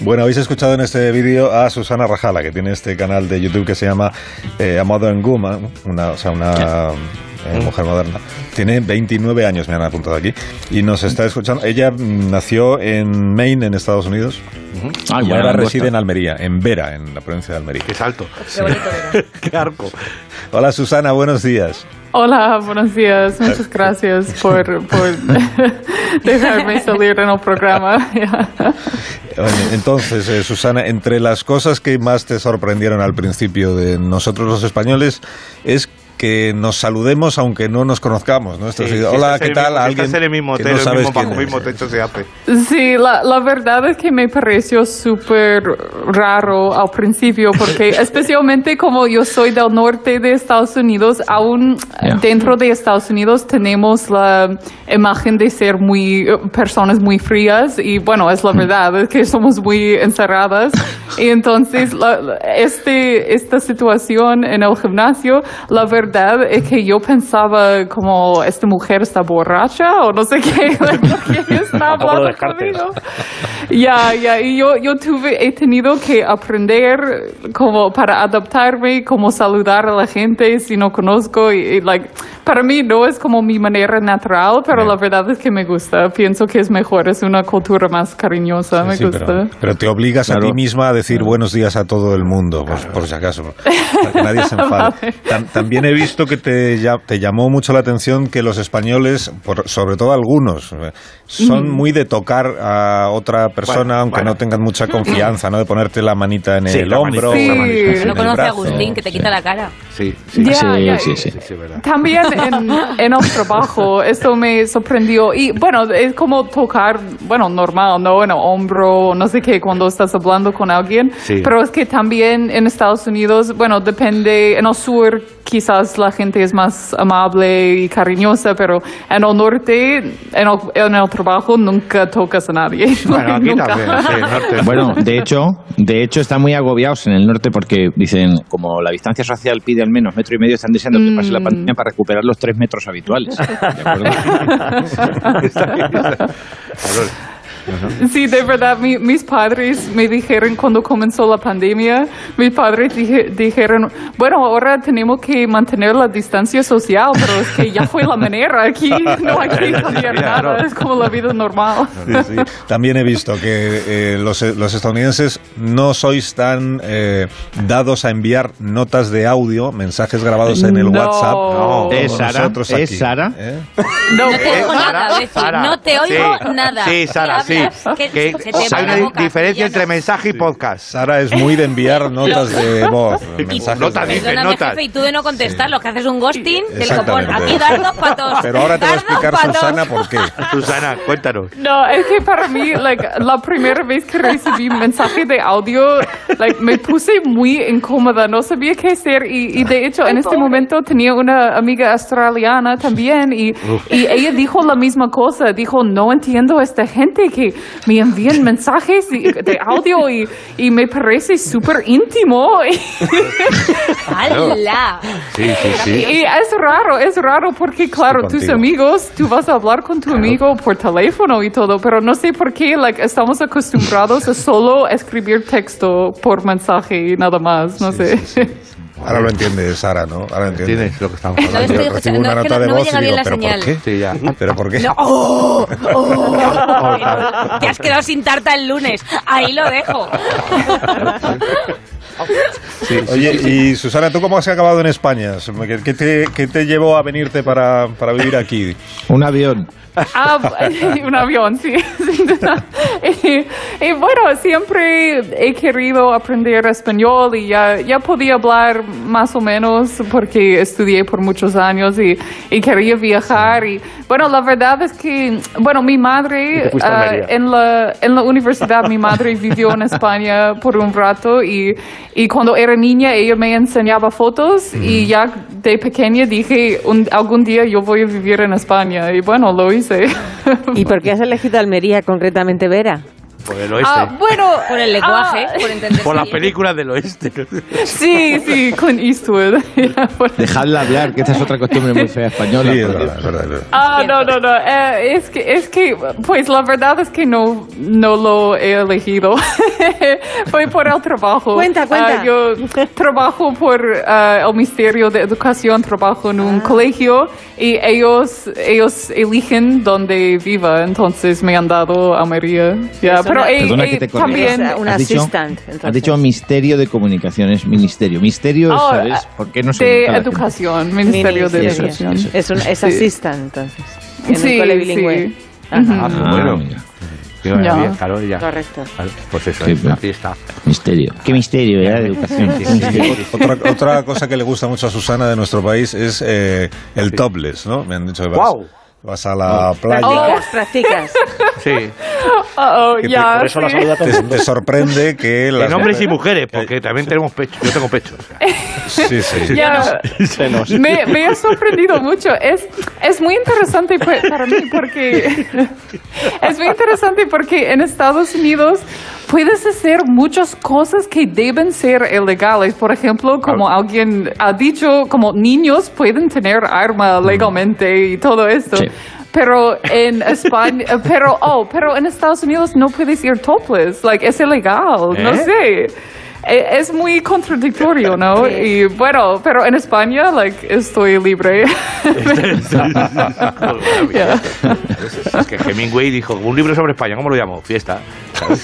A: Bueno, habéis escuchado en este vídeo a Susana Rajala, que tiene este canal de YouTube que se llama eh, A Modern Woman, una, o sea, una eh, mujer moderna. Tiene 29 años, me han apuntado aquí, y nos está escuchando. Ella mm, nació en Maine, en Estados Unidos,
B: Ah,
A: y
B: ya
A: ahora
B: me
O: pues
A: reside
B: gusta.
A: en Almería, en Vera, en la provincia de Almería. ¡Qué
N: salto!
A: ¡Qué arco! Hola Susana, buenos días.
P: Hola, buenos días. Muchas gracias por, por dejarme salir en el programa.
A: Oye, Entonces, eh, Susana, entre las cosas que más te sorprendieron al principio de nosotros los españoles es que nos saludemos aunque no nos conozcamos. ¿no? Esto
N: Sí,
A: es decir,
N: si
A: Pues Hola,
N: estás en
A: ¿qué
N: el
A: tal?
N: mismo- si
A: Alguien
N: estás en el mismo
A: que
N: hotel,
A: no
N: el
A: sabes
N: mismo
A: quién
N: bajo,
A: es.
N: mismo techo se hace.
P: Sí, la, la verdad es que me pareció súper raro al principio, porque especialmente como yo soy del norte de Estados Unidos, aún
B: Ya.
P: dentro de Estados Unidos tenemos la imagen de ser muy personas muy frías y bueno, es la verdad, es que somos muy encerradas. Y entonces la- la- este, esta situación en el gimnasio, la verdad es que yo pensaba como esta mujer está borracha o no sé qué. está
E: Tampoco lo
P: hablando
E: descartes.
P: conmigo. Ya, ya, y yo, yo tuve, he tenido que aprender como para adaptarme, como saludar a la gente si no conozco y, y, like, para mí no es como mi manera natural, pero la verdad es que me gusta, pienso que es mejor, es una cultura más cariñosa, me
A: Sí,
P: gusta.
A: pero, pero te obligas
B: Claro.
A: a ti misma a decir buenos días a todo el mundo, por, por si acaso, para que nadie se enfade. Tam- también he visto que te, ya- te llamó mucho la atención que los españoles, por- sobre todo algunos, eh, son
P: Mm.
A: muy de tocar a otra persona, aunque no tengan mucha confianza, ¿no? De ponerte la manita en
N: Sí,
A: el
N: la manita,
A: hombro.
P: Sí.
A: o la manita
P: Que
A: en
F: no
A: el
F: conoce a
A: brazo.
F: Agustín, que te quita la cara.
N: Sí,
P: sí. Ya, ya,
A: sí,
B: sí.
P: También en, en el trabajo, esto me sorprendió. Y bueno, es como tocar, bueno, normal, ¿no? En el hombro, no sé qué, cuando estás hablando con alguien.
Q: Sí.
P: Pero es que también en Estados Unidos, bueno, depende, en el sur quizás la gente es más amable y cariñosa, pero en el norte, en el, en el trabajo, nunca tocas a nadie. Nunca.
B: Bueno, de hecho, de hecho están muy agobiados en el norte porque dicen, como la distancia social pide al menos metro y medio, están deseando que pase la
P: Mm.
B: pandemia para recuperar los tres metros habituales. ¿De acuerdo?
P: Sí, de verdad, mi- mis padres me dijeron cuando comenzó la pandemia, mis padres dije- dijeron, bueno, ahora tenemos que mantener la distancia social, pero es que ya fue la manera, aquí no hay que cambiar nada, es como la vida normal.
A: Sí, sí. También he visto que eh, los, los estadounidenses no sois tan eh, dados a enviar notas de audio, mensajes grabados en el
B: No.
A: WhatsApp. como
B: ¿Es Sara?
A: nosotros
B: ¿Es
A: aquí,
B: Sara?
A: ¿eh?
P: No,
F: te
N: eh,
F: oigo nada, Befi, no te oigo
N: sí,
F: nada.
N: Sí, Sara, sí.
F: Hablas, que
N: Que
F: se te va
N: hay
F: la
N: una
F: boca,
N: diferencia entre mensaje y podcast.
A: Sara es muy de enviar notas de voz.
N: Notas,
A: mensajes de voz.
N: dice,
F: Perdóname,
N: notas.
F: jefe, y tú de no contestar, lo que haces es un ghosting del copón.
A: Exactamente.
F: Aquí dardos patos.
A: Pero ahora te voy a explicar,
F: patos.
A: Susana, por qué.
N: Susana, cuéntanos.
P: No, es que para mí, like, la primera vez que recibí mensaje de audio, like, me puse muy incómoda, no sabía qué hacer y, y de hecho en este momento tenía una amiga australiana también y,
R: Uf.
P: y ella dijo la misma cosa, dijo, no entiendo a esta gente que me envían mensajes y- de audio y, y me parece súper íntimo.
F: ¡Hala!
N: Sí, sí,
P: Y es raro, es raro porque, claro,
N: Estoy
P: tus
N: contigo.
P: amigos, tú vas a hablar con tu amigo por teléfono y todo, pero no sé por qué like, estamos acostumbrados a solo escribir texto por mensaje y nada más, no sé.
A: Ahora lo entiendes, Sara, ¿no? Ahora lo entiendes.
N: lo que estamos
P: hablando.
A: Yo
P: estoy
A: recibo
P: escuchando,
A: una
P: no, es que
A: nota de
P: no me
A: voz
P: llega
A: y
P: bien
A: digo,
P: la
A: ¿pero por
F: señal".
A: qué? ¿Pero por qué?
F: No, oh, oh. Te has quedado sin tarta el lunes. Ahí lo dejo.
A: Sí, Oye, y Susana, ¿tú cómo has acabado en España? ¿Qué- ¿Qué te, qué te llevó a venirte para, para vivir aquí?
B: Un avión.
P: Ah, un avión, sí. sin duda. y, y bueno, siempre he querido aprender español y ya, ya podía hablar más o menos porque estudié por muchos años y, y quería viajar. Y bueno, la verdad es que, bueno, mi
R: Y
P: madre
R: te fuiste a
P: ah,
R: Almería.
P: en, la, en la universidad, mi madre vivió en España por un rato y, Y cuando era niña ella me enseñaba fotos y ya de pequeña dije, "Un- algún día yo voy a vivir en España. Y bueno, lo hice.
D: ¿Y por qué has elegido Almería, concretamente Vera?
K: Por el oeste.
P: Ah, bueno,
F: Por el lenguaje, por entender.
K: Por las películas del oeste.
P: sí, sí, con Eastwood.
B: Dejadla hablar, que esta es otra costumbre muy fea española.
A: Sí, es verdad, es verdad, es verdad.
P: Ah, no, no, no. eh, es, que, es que, pues la verdad es que no, no lo he elegido. Fue por el trabajo.
D: Cuenta, cuenta.
P: Ah, yo trabajo por ah, el Ministerio de Educación, trabajo en
D: Ah.
P: un colegio y ellos, ellos eligen dónde viva. Entonces me han dado a María. Ya,
D: Es una-
P: pero eh,
B: Perdona que
P: eh,
B: te corrija.
P: también.
D: O sea, una
B: Has dicho-
D: assistant,
B: Has
D: entonces.
B: dicho Ministerio de Comunicaciones, Ministerio. Ministerio,
P: Ah,
B: ¿sabes? ¿Por qué no se
P: de
B: educa la gente?
P: Educación, Ministerio de
B: Ministerio.
P: Educación.
B: Eso, eso.
D: Es, un, es
P: Sí.
D: assistant, entonces. En
P: Sí,
D: un cole bilingüe.
P: sí.
D: Ajá.
K: Ah, bueno. Qué maravilla,
D: Ya.
K: claro, ya.
D: Correcto.
K: Claro, Pues eso,
B: Qué
K: es una
B: bueno.
K: fiesta.
B: Misterio. ¿Qué misterio, verdad? De educación.
K: Sí, sí, sí.
A: Otra, otra cosa que le gusta mucho a Susana de nuestro país es eh, el topless, ¿no? Me han dicho que vas,
K: Guau.
A: vas a la playa.
D: Practicas, practicas.
K: Sí. Pues
P: Oh,
A: que te-
P: ya.
A: por eso la
P: sí.
A: saluda todo el mundo. Te, te sorprende que las
K: En hombres y mujeres, porque también tenemos pecho. Yo tengo pecho.
A: Sí, sí.
P: Ya.
K: Se nos-
P: Me, me ha sorprendido mucho. Es, es muy interesante pa- para mí porque es muy interesante porque en Estados Unidos puedes hacer muchas cosas que deben ser ilegales. Por ejemplo, como alguien ha dicho, como niños pueden tener arma legalmente y todo esto.
B: Sí.
P: Pero en España, pero oh, pero en Estados Unidos no puedes ir topless, like es ilegal, no
K: ¿Eh?
P: sé. E- Es muy contradictorio, ¿no? Y bueno, pero en España, like, estoy libre.
K: Maravilla. Es que Hemingway dijo, un libro sobre España, ¿cómo lo llamo? Fiesta.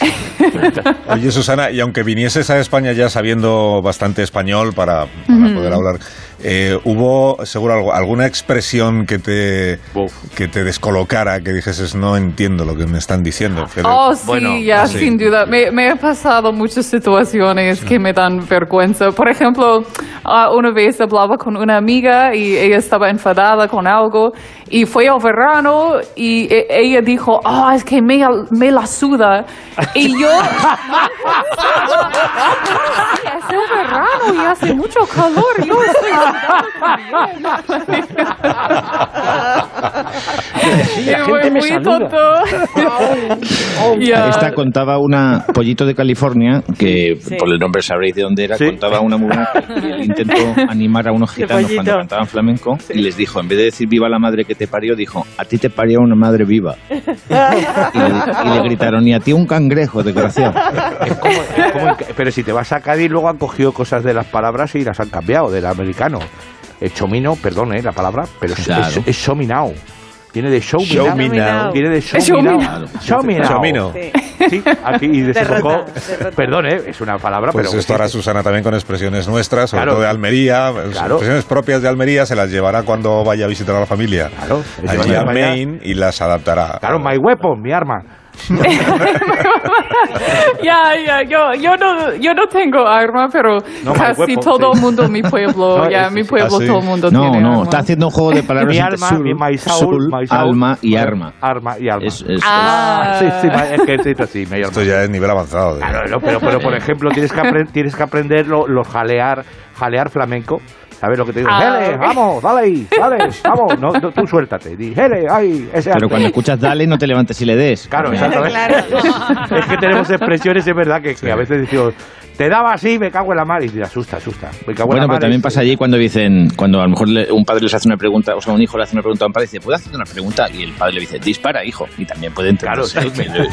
A: Eh, Oye, Susana, y aunque vinieses a España ya sabiendo bastante español para, para
P: Ujú.
A: poder hablar, eh, ¿hubo seguro algo- alguna expresión que te,
K: Uf.
A: que te descolocara, que dijeses, no entiendo lo que me están diciendo? Que-
P: Oh, sí,
K: Bueno,
P: ya,
A: sí.
P: sin duda. Me, me he pasado muchas situaciones que me dan vergüenza. Por ejemplo, ah, una vez hablaba con una amiga y ella estaba enfadada con algo y fue al verano y e- ella dijo, ah, es que me, me la suda. Y yo... Sí, es el verano y hace mucho calor. Yo estoy sudando también.
E: La gente
P: Fue
E: me
P: muy
E: saluda.
P: tonto. Oh, Ya.
B: Esta contaba una pollito de California, que
D: Sí.
B: por el nombre sabréis de dónde era,
K: Sí.
B: contaba una mujer que intentó animar a unos
D: De
B: gitanos
D: pollito.
B: cuando cantaban flamenco y les dijo, en vez de decir viva la madre que te parió, dijo, a ti te parió una madre viva. Y le, y le gritaron, y a ti un cangrejo, desgraciado.
K: Es como- es como en Ca- pero si te vas a Cádiz, luego han cogido cosas de las palabras y las han cambiado, del americano. El chomino, perdón, ¿eh? La palabra, pero es,
B: Claro.
K: es, es show me now. Viene de Uh, show me
A: Show
K: now.
A: me now.
K: Viene de show,
P: Show
K: me
P: me
K: now.
B: now.
K: Show me now.
A: Chomino.
D: Sí.
K: Sí, aquí y de
D: Derrota,
K: Sococó-
D: derrota.
K: Perdón, ¿eh? Es una palabra,
A: Pues
K: pero...
A: esto hará Susana también con expresiones nuestras, sobre
K: Claro.
A: todo de Almería.
K: Claro.
A: Expresiones propias de Almería se las llevará cuando vaya a visitar a la familia.
K: Claro, se
A: Allí
K: llevará
A: a
K: para allá.
A: Maine y las adaptará.
K: Claro, my weapon, mi arma.
P: Ya, ya, yo, yo, no, yo no tengo arma, pero
K: No,
P: casi
K: mal huevo,
P: todo el
K: sí.
P: mundo en mi pueblo,
K: No,
P: ya,
K: es-
P: mi pueblo
A: ah, sí.
P: todo el mundo
B: No,
P: tiene
B: no,
P: arma.
B: está haciendo un juego de palabras
K: Mi
B: entre
K: arma,
B: sul,
K: mi my soul,
B: sul,
K: my soul,
B: alma y
K: my-
B: arma.
K: Arma y alma.
B: Es- es-
P: Ah.
K: Sí, sí, ma- es que es- es así, mayor.
A: Esto ya es nivel avanzado. de-
K: Claro, no, pero, pero por ejemplo, tienes que, apren- tienes que aprender lo, lo jalear, jalear flamenco. ¿Sabes lo que te digo?
P: Ah,
K: ¡Hele,
P: ok.
K: vamos, dale ahí, dale, vamos! No, no, tú suéltate, di, ¡Hele, ahí! Ese
B: Pero
K: arte".
B: cuando escuchas dale, no te levantes y le des.
K: Claro,
B: Porque-
K: exacto. Es que tenemos expresiones, es verdad, que, que a veces decimos, te daba así, me cago en la mar, y te asusta, asusta. Me cago en la mar.
B: Bueno, pero también
K: este.
B: pasa allí cuando dicen, cuando a lo mejor le- un padre les hace una pregunta, o sea, un hijo le hace una pregunta a un padre y dice, ¿puedo hacerte una pregunta? Y el padre le dice, dispara, hijo. Y también puede
K: Claro,
B: entenderse.
K: sí,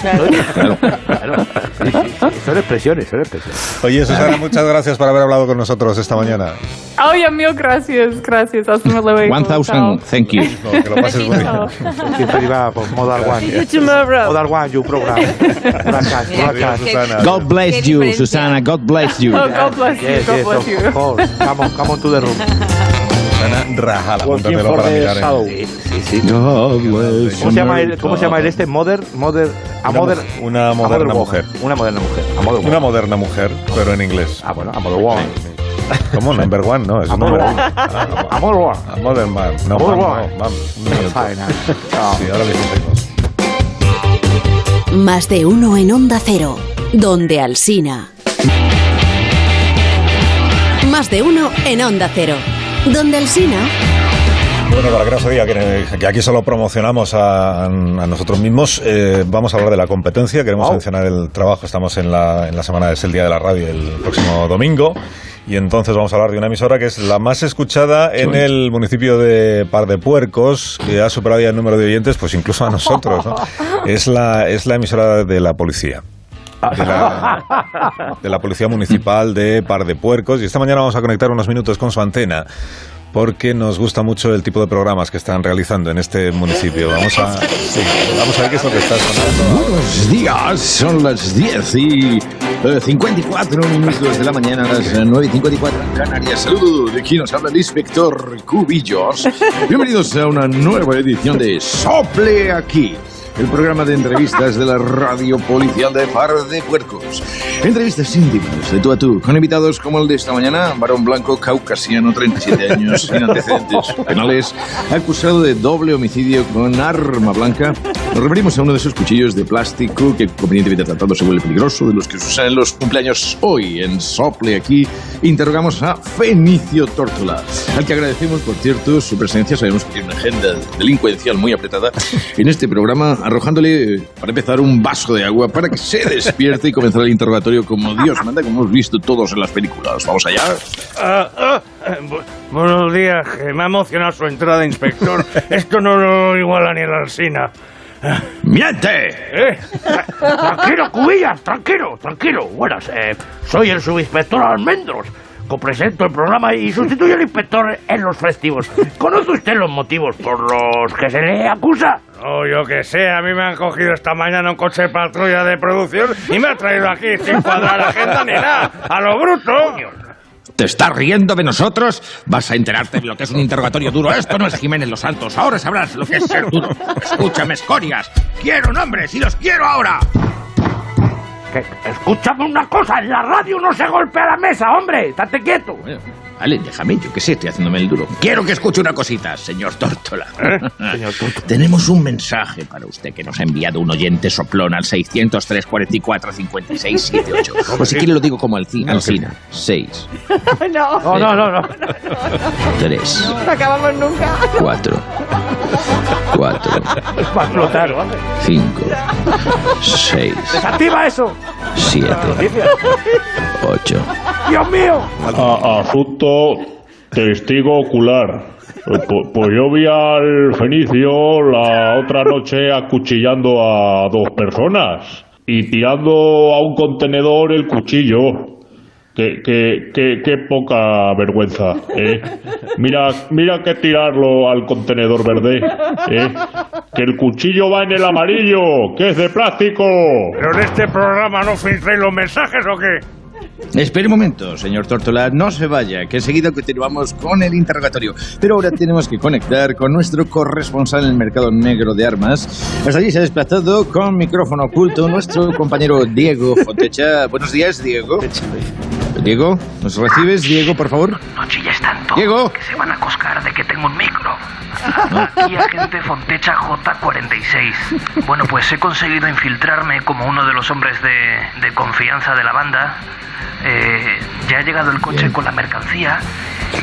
B: Claro.
K: claro. Sí, sí, sí. Son expresiones, son expresiones.
A: Oye, Susana, muchas gracias por haber hablado con nosotros esta mañana.
P: Oh, ya, mío, gracias, gracias, hasta luego.
B: One
P: chao.
B: thousand, thank you.
A: No, que lo pases muy bien.
P: Chao.
K: Siempre iba por Modal One.
D: See you tomorrow.
K: Modal One, you program. Broadcast,
F: Mira,
K: broadcast.
F: qué-
A: Susana.
B: God
F: Qué
B: bless you,
F: diferencia.
B: Susana, God bless you.
P: Oh, God bless you,
K: Yes,
P: God
K: yes,
P: bless you.
K: of course. Come on, come on to the room.
A: Susana Rajala,
C: Working
A: apúntatelo
C: for
A: para
C: the
A: mirar.
C: shadow.
A: en-
B: God bless
K: ¿Cómo se llama, el- cómo se llama el este? Mother, mother, a
A: Una
K: mother,
A: mu- una
K: a mother
A: moderna
K: woman.
A: mujer.
K: Una moderna mujer. A mother
A: Una
K: woman.
A: moderna mujer, pero en inglés.
K: Ah, bueno, a mother woman.
A: ¿Cómo? Number one, ¿no? Es
K: A mother
A: un número
K: woman.
A: uno.
K: A mother woman.
A: A modern man. No,
K: Modern
A: mam,
K: woman.
A: no, mam. Un minuto.
K: Fine, ah.
A: Sí, ahora mismo seguimos.
L: Más de uno en Onda Cero, donde Alsina. Más de uno en Onda Cero. Donde el Sina.
A: Bueno, para que no se diga que, que aquí solo promocionamos a, a nosotros mismos, eh, vamos a hablar de la competencia. Queremos mencionar el trabajo. Estamos en la, en la semana, es el Día de la Radio el próximo domingo. Y entonces vamos a hablar de una emisora que es la más escuchada en el municipio de Par de Puercos, que ha superado ya el número de oyentes, pues incluso a nosotros. ¿no? Es, la, es la emisora de la policía. De la, de la Policía Municipal de Par de Puercos. Y esta mañana vamos a conectar unos minutos con su antena, porque nos gusta mucho el tipo de programas que están realizando en este municipio. Vamos a, sí, vamos a ver qué es lo que está sonando.
Q: Buenos
B: Ah,
Q: días, son las 10 y eh, 54 minutos de la mañana, las eh, 9 y 54 en Canarias. Saludos, de aquí nos habla el inspector Cubillos. Bienvenidos a una nueva edición de Sople aquí. El programa de entrevistas de la radio policial de Par de Puercos. Entrevistas íntimas, de tú a tú, con invitados como el de esta mañana, varón blanco caucasiano, 37 años, sin antecedentes penales, acusado de doble homicidio con arma blanca. Nos referimos a uno de esos cuchillos de plástico que convenientemente tratado se vuelve peligroso, de los que se usan en los cumpleaños hoy en Sople aquí. Interrogamos a Fenicio Tórtola, al que agradecemos, por cierto, su presencia. Sabemos que tiene una agenda delincuencial muy apretada en este programa, arrojándole, eh, para empezar, un vaso de agua para que se despierte y comenzar el interrogatorio como Dios manda, como hemos visto todos en las películas. Vamos allá.
O: Ah, ah, eh, bu- buenos días, que me ha emocionado su entrada, inspector. Esto no lo iguala ni la alcina.
Q: ¡Miente!
O: Eh, tra- tranquilo, Cubillas, tranquilo, tranquilo. Buenas, eh, soy el subinspector Almendros. Copresento el programa y sustituyo al inspector en los festivos. ¿Conoce usted los motivos por los que se le acusa? No, Oh, yo que sé, a mí me han cogido esta mañana un coche de patrulla de producción y me ha traído aquí sin cuadrar agenda ni nada, a lo bruto.
B: ¿Te estás riendo de nosotros? Vas a enterarte de lo que es un interrogatorio duro. Esto no es Jiménez Los Santos. Ahora sabrás lo que es ser duro. Escúchame, escorias. Quiero nombres y los quiero ahora.
O: Escúchame una cosa, en la radio no se golpea la mesa, hombre, estate quieto.
B: Vale, déjame, yo qué sé, estoy haciéndome el duro. Quiero que escuche una cosita, señor Tórtola. ¿Eh? Tenemos un mensaje para usted que nos ha enviado un oyente soplón al 603 44 56 78. O si quiere lo digo como al cine. Al cine. 6,
S: no.
B: No, no, no,
S: no.
B: 3,
S: No acabamos nunca.
B: 4, 4,
O: Va a explotar, ¿vale?
B: 5, 6,
O: ¡Desactiva eso!
B: 7, 8.
O: ¡Dios mío!
T: A- asunto testigo ocular. Eh, pu- Pues yo vi al Fenicio la otra noche acuchillando a dos personas y tirando a un contenedor el cuchillo. Qué, qué- qué- qué poca vergüenza, ¿eh? Mira, mira que tirarlo al contenedor verde, ¿eh? Que el cuchillo va en el amarillo, que es de plástico.
O: ¿Pero en este programa no filtréis los mensajes o qué?
Q: Espere un momento.
B: Señor Tórtola, no se vaya, que enseguida continuamos con el interrogatorio.
Q: Pero ahora tenemos que conectar con nuestro corresponsal en el mercado negro de armas. Hasta allí se ha desplazado con micrófono oculto nuestro compañero Diego Fotecha. Buenos días, Diego. Diego, ¿nos recibes, Diego, por favor?
H: No chilles tanto.
Q: Diego.
H: Que se van a coscar de que tengo un micro. Aquí agente Fontecha J46. Bueno, pues he conseguido infiltrarme como uno de los hombres de, de confianza de la banda. Eh, ya ha llegado el coche con la mercancía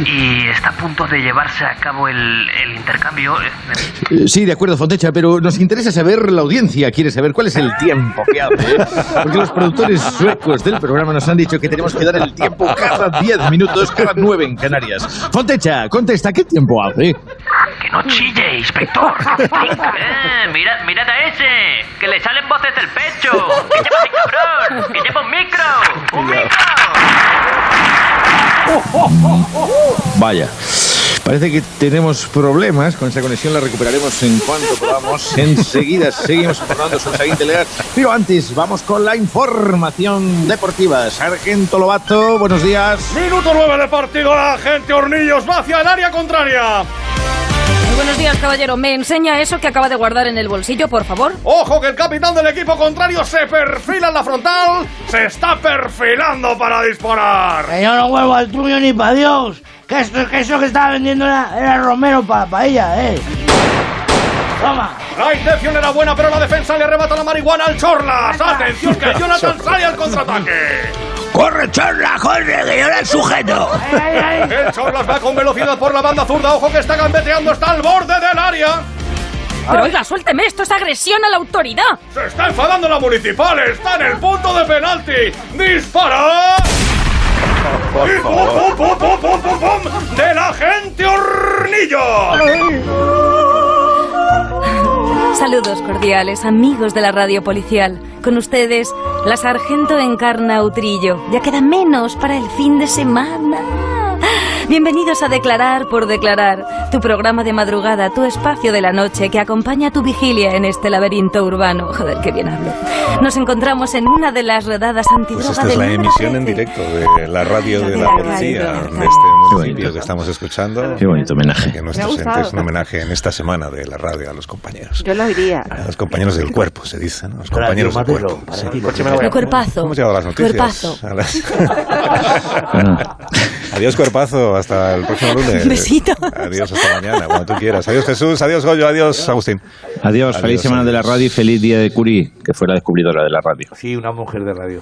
H: y está a punto de llevarse a cabo el, el intercambio. Eh,
Q: Eh, Sí, de acuerdo, Fontecha, pero nos interesa saber, la audiencia quiere saber cuál es el tiempo que hace. ¿eh? Porque los productores suecos del programa nos han dicho que tenemos que dar el tiempo cada 10 minutos, cada 9 en Canarias. Fontecha, contesta, ¿qué tiempo hace?
H: Que no chille, inspector. Eh, mira, mirad a ese, que le salen voces del pecho. Que lleva mi cabrón, que lleva un micro. Un micro.
Q: Vaya. Parece que tenemos problemas con esta conexión, la recuperaremos en cuanto podamos. Enseguida seguimos informando sobre Saguín Telegas. Pero antes, vamos con la información deportiva. Sargento Lobato, buenos días.
I: Minuto 9 de partido, la gente Hornillos va hacia el área contraria.
F: Muy buenos días, caballero. ¿Me enseña eso que acaba de guardar en el bolsillo, por favor?
I: Ojo que el capitán del equipo contrario se perfila en la frontal, se está perfilando para disparar.
K: Que yo no vuelvo al tuyo ni para Dios. Que, esto, que eso que estaba vendiendo era, era Romero para ella, eh.
I: La intención era buena, pero la defensa le arrebata la marihuana al Chorlas. Atención que Jonathan sale al contraataque.
U: ¡Corre, chorla, corre, que yo la sujeto!
O: El Chorlas va con velocidad por la banda zurda. Ojo que está gambeteando, está al borde del área.
F: Pero oiga, suélteme, esto es agresión a la autoridad.
O: Se está enfadando la municipal, está en el punto de penalti. ¡Dispara! Y pum, pum, pum, pum, pum, pum, pum, ¡Del agente Hornillo!
F: Saludos cordiales, amigos de la radio policial. Con ustedes, la sargento Encarna Utrillo. Ya queda menos para el fin de semana. Bienvenidos a Declarar por Declarar, tu programa de madrugada, tu espacio de la noche que acompaña tu vigilia en este laberinto urbano. Joder, qué bien hablo. Nos encontramos en una de las redadas antidroga
A: Pues esta es
F: del
A: la
F: mundo.
A: emisión en directo de la radio de la policía de este municipio que estamos escuchando.
B: Qué bonito homenaje.
A: Que nuestros
D: Me ha gustado.
A: entes, un homenaje en esta semana de la radio a los compañeros.
D: Yo lo oiría.
A: A los compañeros del cuerpo, se dice, ¿no? Los compañeros del cuerpo. sí.
F: El cuerpazo.
A: Hemos llegado a las noticias.
F: Cuerpazo.
A: A las- Adiós, cuerpazo. Hasta el próximo lunes.
F: Besitos.
A: Adiós, hasta mañana, cuando tú quieras. Adiós, Jesús. Adiós, Goyo. Adiós, Agustín.
B: Adiós, feliz semana de la radio y feliz día de Curie, que fue la descubridora de la radio.
K: Sí, una mujer de radio.